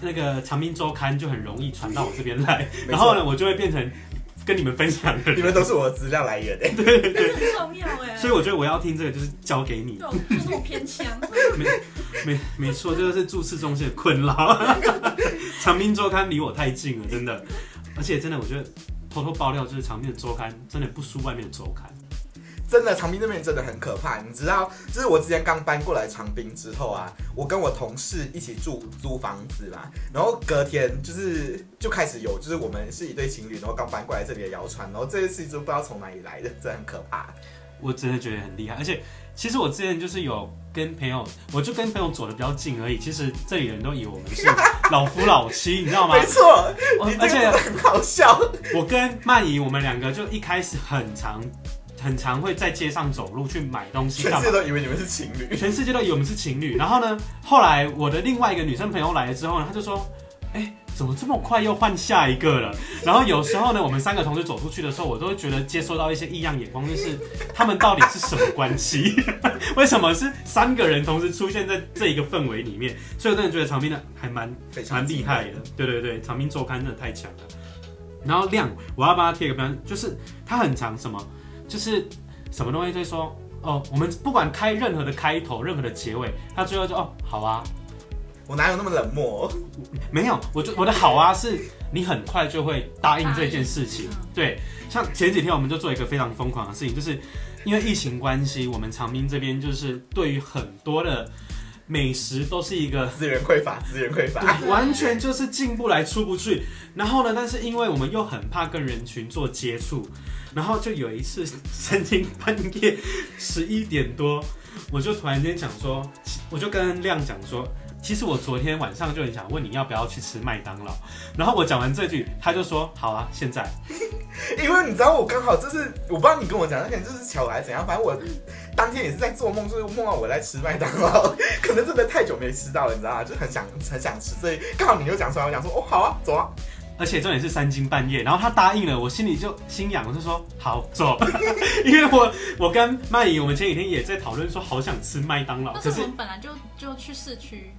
Speaker 3: 那个《长滨周刊》就很容易传到我这边来，
Speaker 2: 没错
Speaker 3: 然后呢，我就会变成跟你们分享的人
Speaker 2: 你们都是我的资料来源诶、
Speaker 4: 这很重要哎、
Speaker 3: 所以我觉得我要听这个就是交给你
Speaker 4: 对，，我就是我偏乡，
Speaker 3: 没没没错，这就是住市中心的困扰。 长滨周刊离我太近了，真的，而且真的，我觉得偷偷爆料就是长滨的周刊真的不输外面的周刊，
Speaker 2: 真的长滨那边真的很可怕，你知道，就是我之前刚搬过来长滨之后啊，我跟我同事一起住租房子嘛，然后隔天就是就开始有，就是我们是一对情侣，然后刚搬过来这里的谣传，然后这件事情就不知道从哪里来的，真的很可怕。
Speaker 3: 我真的觉得很厉害。而且其实我之前就是有跟朋友，我就跟朋友走的比较近而已。其实这里人都以为我们是老夫老妻，你知道 吗
Speaker 2: 没？错，
Speaker 3: 我
Speaker 2: 你这
Speaker 3: 而
Speaker 2: 个真的
Speaker 3: 且
Speaker 2: 很好笑。
Speaker 3: 我跟曼怡，我们两个就一开始很常很常会在街上走路去买东西，
Speaker 2: 全
Speaker 3: 干
Speaker 2: 世
Speaker 3: 嘛
Speaker 2: 界都以为你们是情侣，
Speaker 3: 全世界都以为我们是情侣。然后呢，后来我的另外一个女生朋友来了之后呢，她就说：“哎、怎么这么快又换下一个了？”然后有时候呢，我们三个同时走出去的时候，我都会觉得接收到一些异样眼光，就是他们到底是什么关系？ 为什么是三个人同时出现在这一个氛围里面？所以我真的觉得长滨的还蛮
Speaker 2: 非常
Speaker 3: 蛮厉害的。对对对，长滨周刊真的太强了。然后亮，我要帮他贴个标，就是他很长什么，就是什么东西就会说哦，我们不管开任何的开头，任何的结尾，他最后就哦好啊，
Speaker 2: 我哪有那么冷漠？
Speaker 3: 没有，我就我的好啊是你很快就会答应这件事情
Speaker 4: 答应。
Speaker 3: 对，像前几天我们就做一个非常疯狂的事情，就是因为疫情关系，我们长滨这边就是对于很多的美食都是一个
Speaker 2: 资源匮乏，资源匮乏。
Speaker 3: 对，完全就是进不来出不去。然后呢，但是因为我们又很怕跟人群做接触，然后就有一次曾经半夜十一点多，我就突然间想说，我就跟亮讲说。其实我昨天晚上就很想问你要不要去吃麦当劳，然后我讲完这句，他就说好啊，现在
Speaker 2: 因为你知道我刚好就是，我不知道你跟我讲，那可能就是巧来怎样，反正我当天也是在做梦，就是梦到我在吃麦当劳，可能真的太久没吃到了，你知道吗？就很想很想吃，所以刚好你又讲出来，我想说哦好啊，走啊，
Speaker 3: 而且重点是三更半夜，然后他答应了，我心里就心痒，我就说好走， 因为我我跟麦颖我们前几天也在讨论说好想吃麦当劳，
Speaker 4: 但
Speaker 3: 可
Speaker 4: 是
Speaker 3: 是
Speaker 4: 我们本来就就去市区，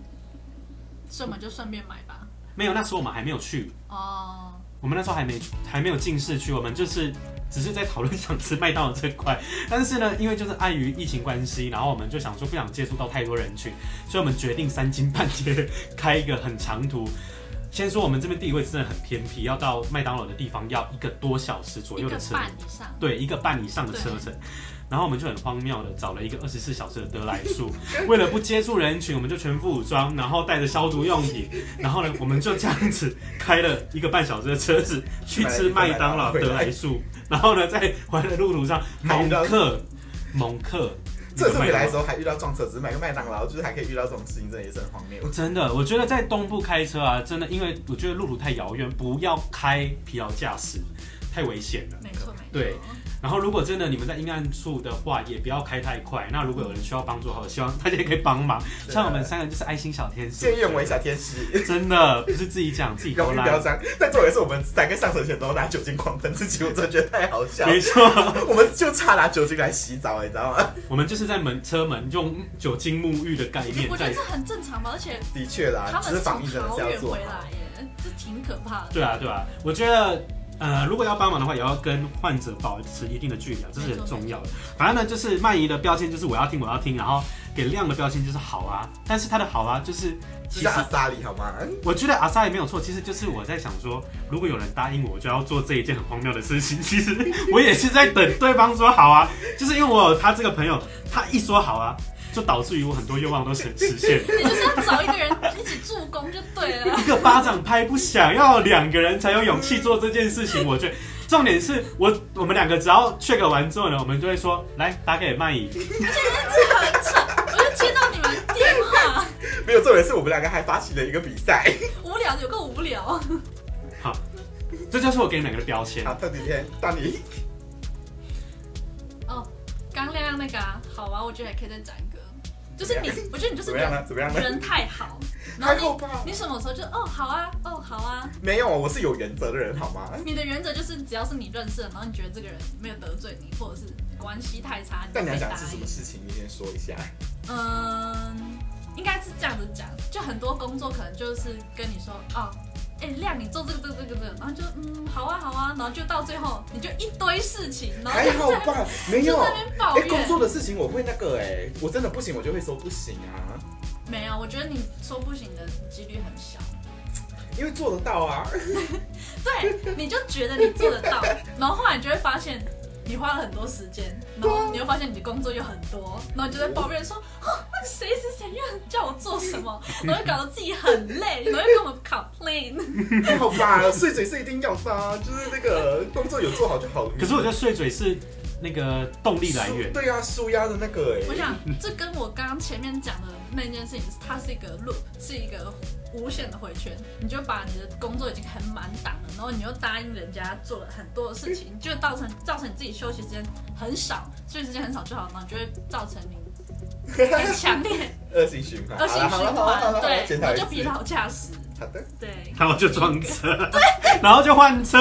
Speaker 4: 所以我们就顺便买吧。
Speaker 3: 没有，那时候我们还没有去，
Speaker 4: 哦，
Speaker 3: 我们那时候还没还没有进市区，我们就是只是在讨论想吃麦当劳这块。但是呢，因为就是碍于疫情关系，然后我们就想说不想接触到太多人群，所以我们决定三更半夜开一个很长途。先说我们这边地理位置真的很偏僻，要到麦当劳的地方要一个多小时左
Speaker 4: 一
Speaker 3: 右
Speaker 4: 个
Speaker 3: 的车
Speaker 4: 半以上，
Speaker 3: 对，一个半以上的车程。然后我们就很荒谬的找了一个二十四小时的德莱树，为了不接触人群，我们就全副武装，然后带着消毒用品，然后呢，我们就这样子开了一个半小时的车子去吃麦当劳德莱树，然后呢，在回来的 路途上，
Speaker 2: 还遇
Speaker 3: 蒙
Speaker 2: 到
Speaker 3: 克，蒙克，
Speaker 2: 这次
Speaker 3: 麦
Speaker 2: 回来
Speaker 3: 当劳
Speaker 2: 的时候还遇到撞车，只是买个麦当劳，就是还可以遇到这种事情，真的也是很荒谬。
Speaker 3: 真的，我觉得在东部开车啊，真的，因为我觉得路途太遥远，不要开疲劳驾驶，太危险了。
Speaker 4: 没错没错。
Speaker 3: 对然后，如果真的你们在阴暗处的话，也不要开太快。那如果有人需要帮助的话，我希望大家也可以帮忙。像我们三个就是爱心小天使，
Speaker 2: 见义勇为小天使，
Speaker 3: 真的不是自己讲自己
Speaker 2: 勇
Speaker 3: 偷
Speaker 2: 于
Speaker 3: 懒，
Speaker 2: 飙涨。但重点是我们三个上车前都拿酒精狂喷自己，我真的觉得太好笑。
Speaker 3: 没错。
Speaker 2: 我们就差拿酒精来洗澡，啊你知道吗？
Speaker 3: 我们就是在门车门用酒精沐浴的概念
Speaker 4: 我觉
Speaker 3: 在
Speaker 4: 得这很正常嘛，而且
Speaker 2: 的确啦
Speaker 4: 他，
Speaker 2: 只
Speaker 4: 们
Speaker 2: 是
Speaker 4: 是
Speaker 2: 防
Speaker 4: 从
Speaker 2: 疫真的
Speaker 4: 桃
Speaker 2: 是要
Speaker 4: 园
Speaker 2: 做
Speaker 4: 回
Speaker 2: 好。
Speaker 4: 来耶，这挺可怕的。
Speaker 3: 对啊，对啊，我觉得。呃，如果要帮忙的话，也要跟患者保持一定的距离啊，这是很重要的。反正呢，就是曼怡的标签就是我要听，我要听，然后给亮的标签就是好啊，但是他的好啊，就是
Speaker 2: 就
Speaker 3: 其
Speaker 2: 是
Speaker 3: 实
Speaker 2: 阿萨里好吗？
Speaker 3: 我觉得阿萨也没有错，其实就是我在想说，如果有人答应我，就要做这一件很荒谬的事情。其实我也是在等对方说好啊， 就是因为我有他这个朋友，他一说好啊，就导致于我很多愿望都实实现了。
Speaker 4: 你就是要找一个人一起助攻就对了。
Speaker 3: 一个巴掌拍不响，要两个人才有勇气做这件事情。我觉得重点是我我们两个只要 check 完之后呢，我们就会说来打给曼怡，
Speaker 4: 我就接到你们电话，
Speaker 2: 没有，重点是我们两个还发起了一个比 赛。
Speaker 4: 无聊有够无聊。
Speaker 3: 这就是我给你们两个的标签。
Speaker 2: 好，到底天，到你
Speaker 4: 哦刚亮亮那个、啊、好啊，我觉得还可以再讲一个，就是你，我觉得你就
Speaker 2: 怎
Speaker 4: 是
Speaker 2: 么样
Speaker 4: 人
Speaker 2: 呢？怎么样呢？
Speaker 4: 人太好，然
Speaker 2: 还
Speaker 4: 后
Speaker 2: 够吧
Speaker 4: 你？你什么时候就哦好啊，哦好啊，
Speaker 2: 没有，我是有原则的人，好吗？
Speaker 4: 你的原则就是只要是你认识的，然后你觉得这个人没有得罪你，或者是关系太差，你
Speaker 2: 但
Speaker 4: 就
Speaker 2: 你
Speaker 4: 可
Speaker 2: 要想
Speaker 4: 以答
Speaker 2: 是什
Speaker 4: 应
Speaker 2: 么。事情，你先说一下。
Speaker 4: 嗯，应该是这样子讲，就很多工作可能就是跟你说哦。哎、亮，你做这个这个这个这个，然后就嗯，好啊好啊，然后就到最后你就一堆事情，然后
Speaker 2: 还
Speaker 4: 就
Speaker 2: 好吧，没有
Speaker 4: 就。在那边抱
Speaker 2: 哎、
Speaker 4: 怨。
Speaker 2: 工作的事情我会那个哎、我真的不行，我就会说不行啊，
Speaker 4: 没有，我觉得你说不行的几率很小。
Speaker 2: 因为做得到啊。
Speaker 4: 对，你就觉得你做得到，然后后来你就会发现，你花了很多时间，然后你又发现你的工作又很多，然后你就在抱怨说，哦，那个谁谁谁让叫我做什么，然后搞得自己很累，然后又跟我 complain。
Speaker 2: 还好 吧，碎啊嘴是一定要的、啊，就是那个工作有做好就好了。
Speaker 3: 可是我觉得碎嘴是那个动力来源
Speaker 2: 舒，对啊，舒压的那个哎、
Speaker 4: 我想这跟我刚刚前面讲的那件事情，它是一个 loop，是一个无限的回圈。你就把你的工作已经很满档了，然后你又答应人家做了很多的事情，就会造成造成你自己休息时间很少，休息时间很少就好，然后就会造成你很强烈
Speaker 2: 恶性循环，
Speaker 4: 哎恶性
Speaker 2: 好
Speaker 4: 循
Speaker 2: 了好了好了
Speaker 4: 环，
Speaker 2: 好了，
Speaker 4: 对，
Speaker 2: 检
Speaker 4: 你
Speaker 2: 讨一
Speaker 4: 就疲
Speaker 2: 次。
Speaker 4: 劳驾驶，
Speaker 2: 好 的，
Speaker 4: 对
Speaker 3: 然后就撞车，然后就换车，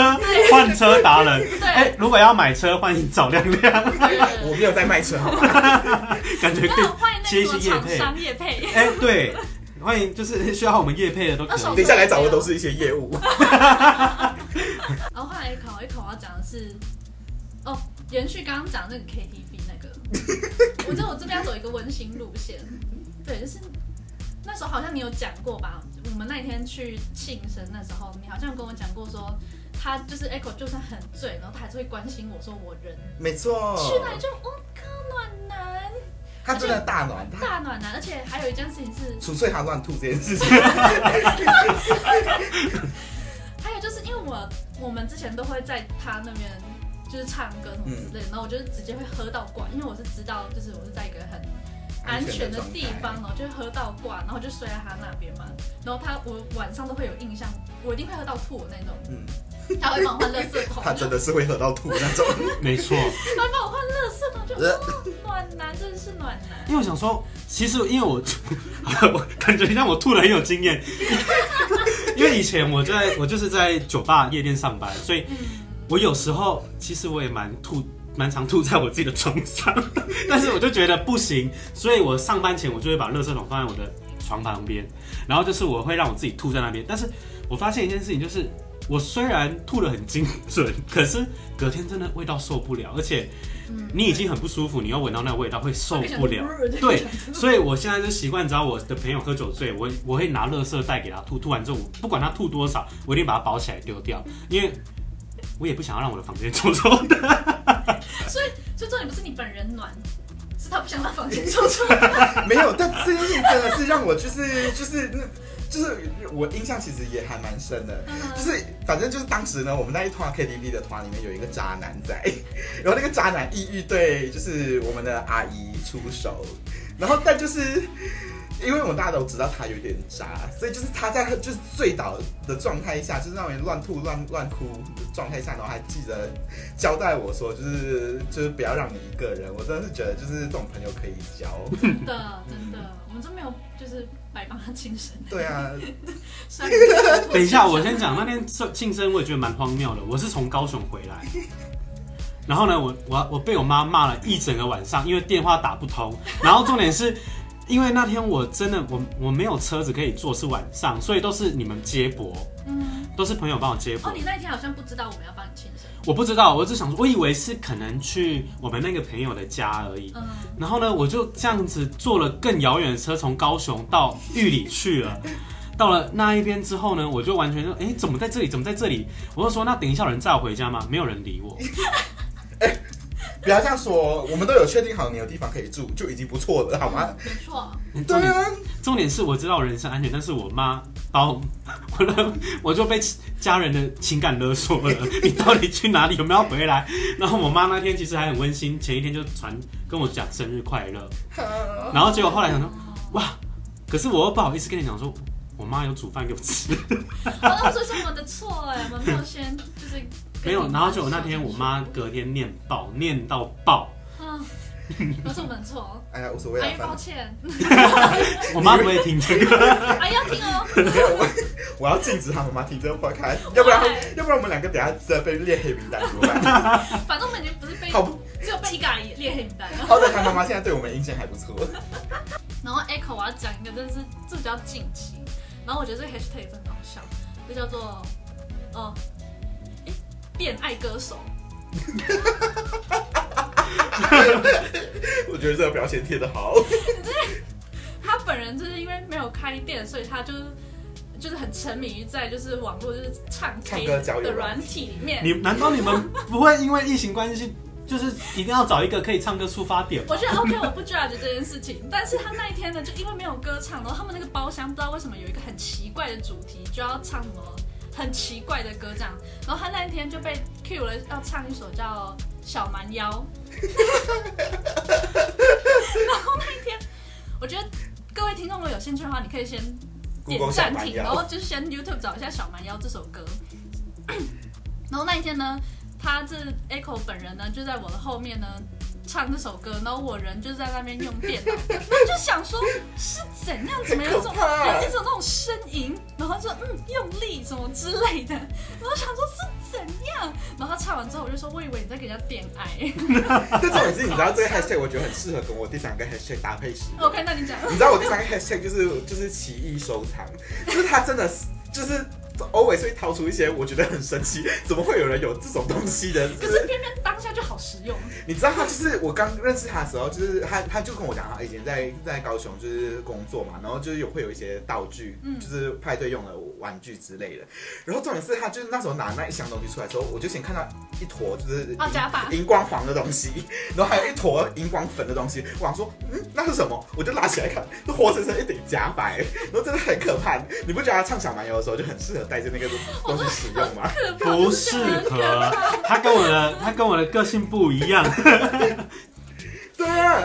Speaker 3: 换车达人。
Speaker 4: 对
Speaker 3: 哎、如果要买车，欢迎找亮亮，
Speaker 2: 我
Speaker 4: 对。
Speaker 2: 没有在卖车，好吗？
Speaker 3: 感觉可
Speaker 4: 那
Speaker 3: 以
Speaker 4: 我欢迎
Speaker 3: 接一些
Speaker 4: 那个
Speaker 3: 业
Speaker 4: 厂
Speaker 3: 配。
Speaker 4: 商业配，
Speaker 3: 哎、对，欢迎就是需要我们业配的都可
Speaker 4: 那手
Speaker 3: 以。
Speaker 2: 等一下来找我都是一些业务。
Speaker 4: 然后后来一口一口我要讲的是，哦，延续刚刚讲那个 KTV 那个， 我觉得我这边要走一个温馨路线，对，就是那时候好像你有讲过吧？我们那一天去庆生那时候，你好像跟我讲过说。他就是 Echo，就算很醉，然后他还是会关心我说我人
Speaker 2: 没
Speaker 3: 哦
Speaker 2: 错，
Speaker 4: 去哪里就我靠暖男
Speaker 2: 他真的大暖，他
Speaker 4: 大暖男，而且还有一件事情是，
Speaker 2: 除粹他乱吐这件事情，
Speaker 4: 还有就是因为我我们之前都会在他那边就是唱歌什么之
Speaker 2: 嗯
Speaker 4: 类的，然后我就是直接会喝到挂，因为我是知道就是我是在一个很安全的地方，然后就喝到挂，然后就睡在他那边嘛，然后他我晚上都会有印象，我一定会喝到吐的那 种，
Speaker 2: 嗯，
Speaker 4: 他会帮我换垃圾桶，
Speaker 2: 他真的是会喝到吐那种。
Speaker 3: 没错，
Speaker 4: 就他会帮我换垃圾桶，就哦暖男真的是暖男，
Speaker 3: 因为我想说，其实因为我， 我感觉让我吐的很有经验， 因为以前我在我就是在酒吧夜店上班，所以
Speaker 4: 嗯
Speaker 3: 我有时候其实我也蛮吐。蛮常吐在我自己的床上， 但是我就觉得不行，所以我上班前我就会把垃圾桶放在我的床旁边，然后就是我会让我自己吐在那边。但是我发现一件事情，就是我虽然吐的很精准， 可是隔天真的味道受不了，而且你已经很不舒服，你又闻到那个味道会受不了。对，所以我现在就习惯，只要我的朋友喝酒醉，我我会拿垃圾袋给他吐，吐完之后我不管他吐多少，我一定把它包起来丢掉，因为我也不想要让我的房间 臭臭的。
Speaker 4: 所以所以重点不是你本人暖，是他不想让房间臭臭。
Speaker 2: 没有，但这件事情真的是让我就是就是那。就是我印象其实也还蛮深的， 就是反正就是当时呢，我们那一团 KTV 的团里面有一个渣男仔， 然后那个渣男意欲对就是我们的阿姨出手，然后但就是因为我们大家都知道他有点渣，所以就是他在就是醉倒的状态下，就是那种乱吐乱乱哭的状态下，然后还记得交代我说，就是就是不要让你一个人，我真的是觉得就是这种朋友可以交。
Speaker 4: 真的，真的，我们真没有就是白帮他庆生。
Speaker 2: 对啊，
Speaker 4: 虽然没有做庆生
Speaker 3: 等一下，我先讲那天庆生，我也觉得蛮荒谬的。我是从高雄回来，然后呢，我我我被我妈骂了一整个晚上，因为电话打不通。然后重点是，因为那天我真的我我没有车子可以坐，是晚上，所以都是你们接驳，
Speaker 4: 嗯，
Speaker 3: 都是朋友帮我接驳
Speaker 4: 哦，。你那一天好像不知道我们要帮你庆生。
Speaker 3: 我不知道，我只想说，我以为是可能去我们那个朋友的家而已。
Speaker 4: 嗯，
Speaker 3: 然后呢，我就这样子坐了更遥远的车，从高雄到玉里去了。到了那一边之后呢，我就完全就，哎、怎么在这里？怎么在这里？我就说，那等一下有人载我回家吗？没有人理我。
Speaker 2: 不要这样说，我们都有确定好你有地方可以住，就已经不错了，好 吗？
Speaker 4: 没错，
Speaker 2: 对
Speaker 3: 重点
Speaker 2: 啊，
Speaker 3: 重点是我知道人身安全，但是我妈把我我的 我就被家人的情感勒索了。你到底去哪里？有没有回来？ 然后我妈那天其实还很温馨，前一天就传跟我讲生日快乐，然后结果后来想说，
Speaker 4: 哦
Speaker 3: 哇，可是我又不好意思跟你讲说，我妈有煮饭给我吃，
Speaker 4: 哦，所以是我们的错哎，我们没有先就是跟你
Speaker 3: 没有。然后就我那天我妈隔天念爆，念到爆，
Speaker 4: 嗯，都是我们的错，
Speaker 2: 哎呀，无所谓
Speaker 4: 阿
Speaker 2: 啊，
Speaker 4: 姨
Speaker 2: 反
Speaker 4: 抱
Speaker 2: 正
Speaker 4: 歉，
Speaker 3: 我妈不会听这个，
Speaker 4: 阿姨要听哦，
Speaker 2: 我要禁止他妈妈听这个 podcast，要不然
Speaker 4: 哎
Speaker 2: 要不然我们两个等下真的被列黑名单怎么办？
Speaker 4: 反正我们已经不是被
Speaker 2: 好不
Speaker 4: 只有被一个阿姨列黑名单了。
Speaker 2: 好歹他妈妈现在对我们印象还不 错。
Speaker 4: 然后 Echo 我要讲一个，真的是这比较近期，然后我觉得这个 hashtag 真的好笑，就叫做呃，诶恋爱歌手。
Speaker 2: 我觉得这个标签贴的好，
Speaker 4: 他本人就是因为没有开店，所以他就是就是很沉迷于在就是网络就是唱
Speaker 2: 唱
Speaker 4: K
Speaker 2: 歌交友
Speaker 4: 的
Speaker 2: 软
Speaker 4: 软体里面。
Speaker 3: 你难道你们不会因为疫情关系就是一定要找一个可以唱歌出发点嘛
Speaker 4: 我。觉得 OK，我不 judge 这件事情，但是他那一天呢，就因为没有歌唱，然后他们那个包厢不知道为什么有一个很奇怪的主题，就要唱什么很奇怪的歌这样，然后他那一天就被 cue 了，要唱一首叫《小蛮腰》， 然后那一天，我觉得各位听众如果有兴趣的话，你可以先 点
Speaker 2: Google 小
Speaker 4: 暂
Speaker 2: 蛮
Speaker 4: 停，哦然后
Speaker 2: 腰，
Speaker 4: 就先 YouTube 找一下《小蛮腰》这首歌。 然后那一天呢，他这 Echo 本人呢就在我的后面呢唱这首歌，然后我人就在那边用电脑，那就想说是怎样，怎么有一种
Speaker 2: 可怕
Speaker 4: 有一种那种呻吟，然后就嗯用力什么之类的，然后想说是怎样，然后他唱完之后我就说，我以为你在给人家点癌
Speaker 2: 但这种事你知道这个 hashtag 我觉得很适合跟我第三个 hashtag 搭配使用。
Speaker 4: ，OK，那你讲，
Speaker 2: 你知道我第三个 hashtag 就是就是奇异收藏， 就是他真的是就是。always 会掏出一些我觉得很神奇，怎么会有人有这种东西的？
Speaker 4: 可是偏偏当下就好实用，
Speaker 2: 你知道他就是我刚认识他的时候，就是他他就跟我讲，他啊以前在在高雄就是工作嘛，然后就是有会有一些道具，
Speaker 4: 嗯
Speaker 2: 就是派对用的玩具之类的。然后重点是他就是那时候拿那一箱东西出来的时候，我就先看到一坨就是
Speaker 4: 哦假发
Speaker 2: 荧光黄的东西，然后还有一坨荧光粉的东西。我想说，嗯，那是什么？我就拉起来看，就活生生一顶假发，欸然后真的很可怕。你不觉得他唱小蛮腰的时候就很适合带着那个东西使用 吗？
Speaker 4: 可怕
Speaker 3: 不
Speaker 4: 是
Speaker 3: 适
Speaker 4: 不是很可
Speaker 3: 合，他跟我的他跟我的个性不一样。
Speaker 2: 对啊，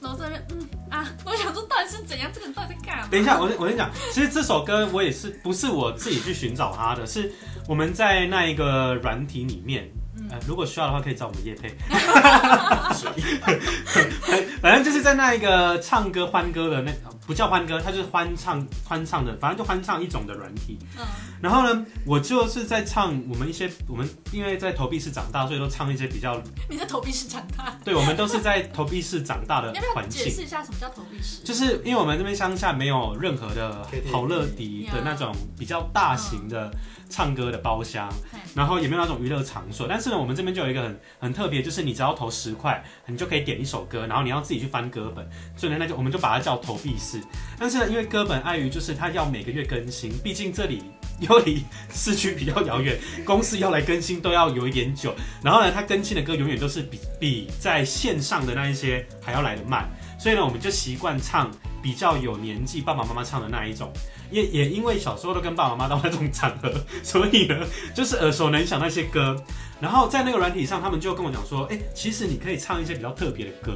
Speaker 4: 然后在那边嗯啊，我想说到底是怎样，这个人到底在干嘛？
Speaker 2: 哎
Speaker 3: 等一下，我先我先讲，其实这首歌我也是不是我自己去寻找它的，是我们在那一个软体里面。
Speaker 4: 嗯
Speaker 3: 呃，如果需要的话，可以找我们叶 配。 反正就是在那一个唱歌欢歌的那不叫欢歌，它就是欢唱欢唱的，反正就欢唱一种的软体。
Speaker 4: 嗯，
Speaker 3: 然后呢，我就是在唱我们一些我们因为在投币式长大，所以都唱一些比较
Speaker 4: 你在投币式长大，
Speaker 3: 对，我们都是在投币式长大的
Speaker 4: 你要不要
Speaker 3: 环
Speaker 4: 解
Speaker 3: 境。
Speaker 4: 释一下什么叫投币式？
Speaker 3: 呃就是因为我们这边乡下没有任何的
Speaker 2: KTV
Speaker 3: 好乐迪的那种比较大型的唱歌的包厢，
Speaker 4: 嘿
Speaker 3: 然后也没有那种娱乐场所。但是呢，我们这边就有一个很很特别，就是你只要投十块，你就可以点一首歌，然后你要自己去翻歌本。所以呢，那就我们就把它叫投币式。但是呢，因为歌本碍于就是它要每个月更新，毕竟这里。又离市区比较遥远，公司要来更新都要有一点久。然后呢，它更新的歌永远都是比比在线上的那一些还要来的慢，所以呢，我们就习惯唱比较有年纪爸爸妈妈唱的那一种，也也因为小时候都跟爸爸妈妈到那种场合，所以呢，就是耳熟能详那些歌。然后在那个软体上，他们就跟我讲说，哎、其实你可以唱一些比较特别的歌。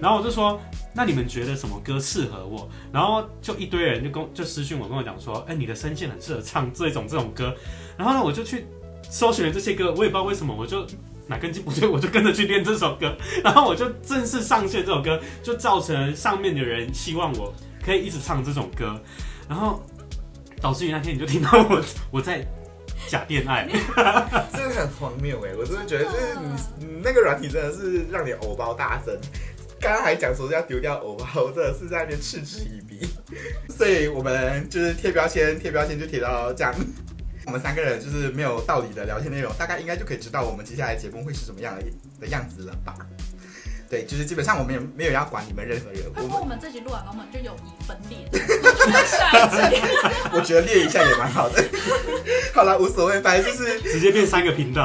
Speaker 3: 然后我就说，那你们觉得什么歌适合我？然后就一堆人就跟就私讯我，跟我讲说，哎、你的声线很适合唱这种这种歌。然后呢，我就去搜寻了这些歌，我也不知道为什么，我就哪根筋不对，我就跟着去练这首歌。 然后我就正式上线这首歌，就造成上面的人希望我可以一直唱这种歌，然后导致于那天你就听到我 我在假恋爱，
Speaker 2: 真的很荒谬哎、我真的觉得，就
Speaker 4: 真的
Speaker 2: 是你你那个软体真的是让你偶包大增。刚刚还讲说要丢掉偶包，我真的是在那边嗤之以鼻。 所以我们就是贴标签，贴标签就贴到这样。我们三个人就是没有道理的聊天内容，大概应该就可以知道我们接下来节目会是什么样的的样子了吧？对，就是基本上我们也没有要管你们任何人，
Speaker 4: 会
Speaker 2: 我
Speaker 4: 不会
Speaker 2: 们
Speaker 4: 我们这集录完，然后我们就友谊分裂，就到下一集？
Speaker 2: 我觉得列一下也蛮好的。 好了，无所谓，反正就是
Speaker 3: 直接变三个 频道，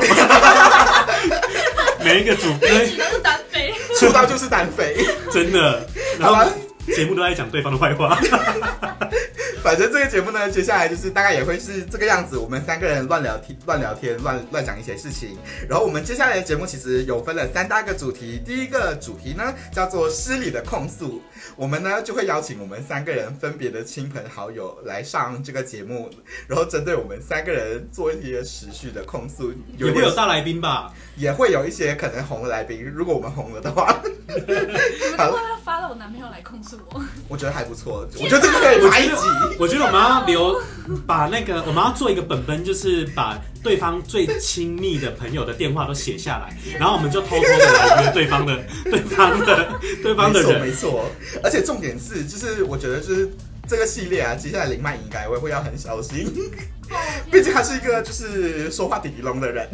Speaker 3: 每一个主播
Speaker 4: 一集都是单飞。
Speaker 2: 出道就是单飞。
Speaker 3: 真的，然
Speaker 2: 好
Speaker 3: 后
Speaker 2: 了。
Speaker 3: 节目都在讲对方的坏话，
Speaker 2: 反正这个节目呢，接下来就是大概也会是这个样子，我们三个人乱聊天、乱聊天、乱乱讲一些事情。然后我们接下来的节目其实有分了三大个主题，第一个主题呢叫做失礼的控诉，我们呢就会邀请我们三个人分别的亲朋好友来上这个节目，然后针对我们三个人做一些时序的控诉，
Speaker 3: 也会有大来宾吧？
Speaker 2: 也会有一些可能红的来宾，如果我们红了的话，
Speaker 4: 你们会不会发了我男朋友来控诉我？
Speaker 2: 我觉得还不错，我觉得这个可以来一集。
Speaker 3: 我觉得我们要留，把那个我们要做一个本本，就是把对方最亲密的朋友的电话都写下来，然后我们就偷偷的来约对方 的、对方的、对方的人。
Speaker 2: 没错，没错。而且重点是，就是我觉得就是这个系列啊，接下来林曼应该我也会要很小心，毕竟他是一个就是说话滴滴隆的人。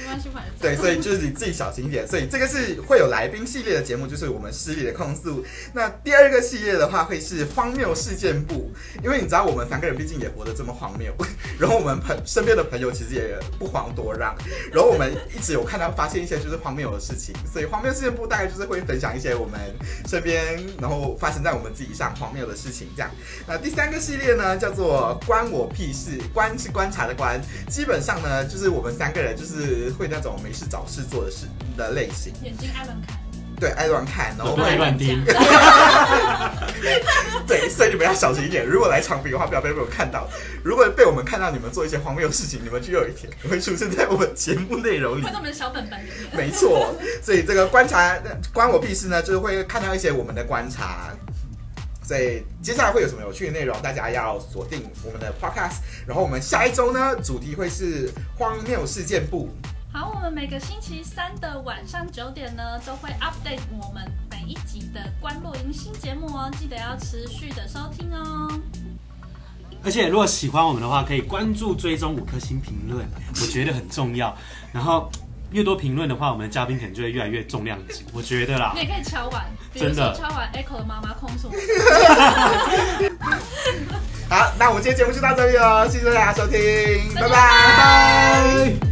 Speaker 4: 没关系，反正
Speaker 2: 对，所以就是你自己小心一点。所以这个是会有来宾系列的节目，就是我们失礼的控诉。那第二个系列的话，会是荒谬事件部，因为你知道我们三个人毕竟也活得这么荒谬， 然后我们朋身边的朋友其实也不遑多让，然后我们一直有看到发现一些就是荒谬的事情，所以荒谬事件部大概就是会分享一些我们身边然后发生在我们自己上荒谬的事情这样。那第三个系列呢，叫做关我屁事，关是观察的关，基本上呢就是我们三个人就是会那种没事找事做的事的类型，
Speaker 4: 眼睛爱乱看，
Speaker 2: 对，爱乱看，然后
Speaker 3: 不爱
Speaker 2: 会
Speaker 3: 乱盯
Speaker 4: 讲。
Speaker 2: 对，所以你们要小心一点。如果来长滨的话，不要被我们看到。如果被我们看到你们做一些荒谬的事情，你们就有一天会出现在我们节目内容里
Speaker 4: 放。在我们的小本本里面。
Speaker 2: 没错，所以这个观察关我屁事呢，就是会看到一些我们的观察。所以接下来会有什么有趣的内容，大家要锁定我们的 podcast。然后我们下一周呢，主题会是荒谬事件部。
Speaker 4: 好，我们每个星期三的晚上九点呢，都会 update 我们每一集的关洛音新节目哦，记得要持续的收听哦。
Speaker 3: 而且如果喜欢我们的话，可以关注、追踪五颗星评论，我觉得很重要。然后越多评论的话，我们的嘉宾可能就会越来越重量级，我觉得啦
Speaker 4: 你。也可以敲碗，比如
Speaker 3: 真的
Speaker 4: 说敲碗 Echo 的妈妈控诉我们。
Speaker 2: 哦好，那我们今天节目就到这里了，谢谢大家收听，拜拜哎
Speaker 3: 拜拜。